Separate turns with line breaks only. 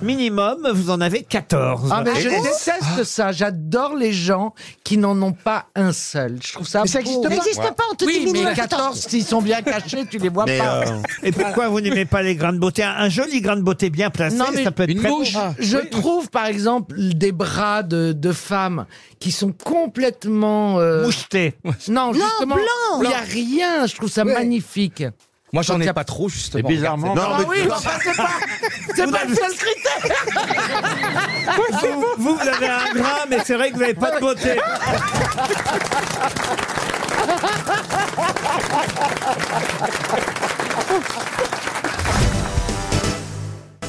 minimum, vous en avez 14.
Ah, mais je déteste ça. J'adore les gens qui n'en ont pas un seul. Je trouve ça.
Mais ça existe
beau.
pas.
N'existe pas, on te
Oui,
diminue.
mais 14, s'ils sont bien cachés, tu les vois
Mais,
pas.
euh,
Et pourquoi vous n'aimez pas les grains de beauté un, un joli grain de beauté bien placé,
Non, mais
ça peut être
Une
très
mouche
beau.
Je trouve, par exemple, des bras de, de femmes qui sont complètement. euh,
moucheté.
Non, justement.
blanc.
où Il n'y a rien. Je trouve ça magnifique.
Moi, j'en
Quand y a-
ai pas trop, justement.
bizarrement, non, mais
Ah oui, enfin, c'est pas, c'est pas le seul critère.
Vous, vous, vous avez un grain, mais c'est vrai que vous n'avez pas de beauté.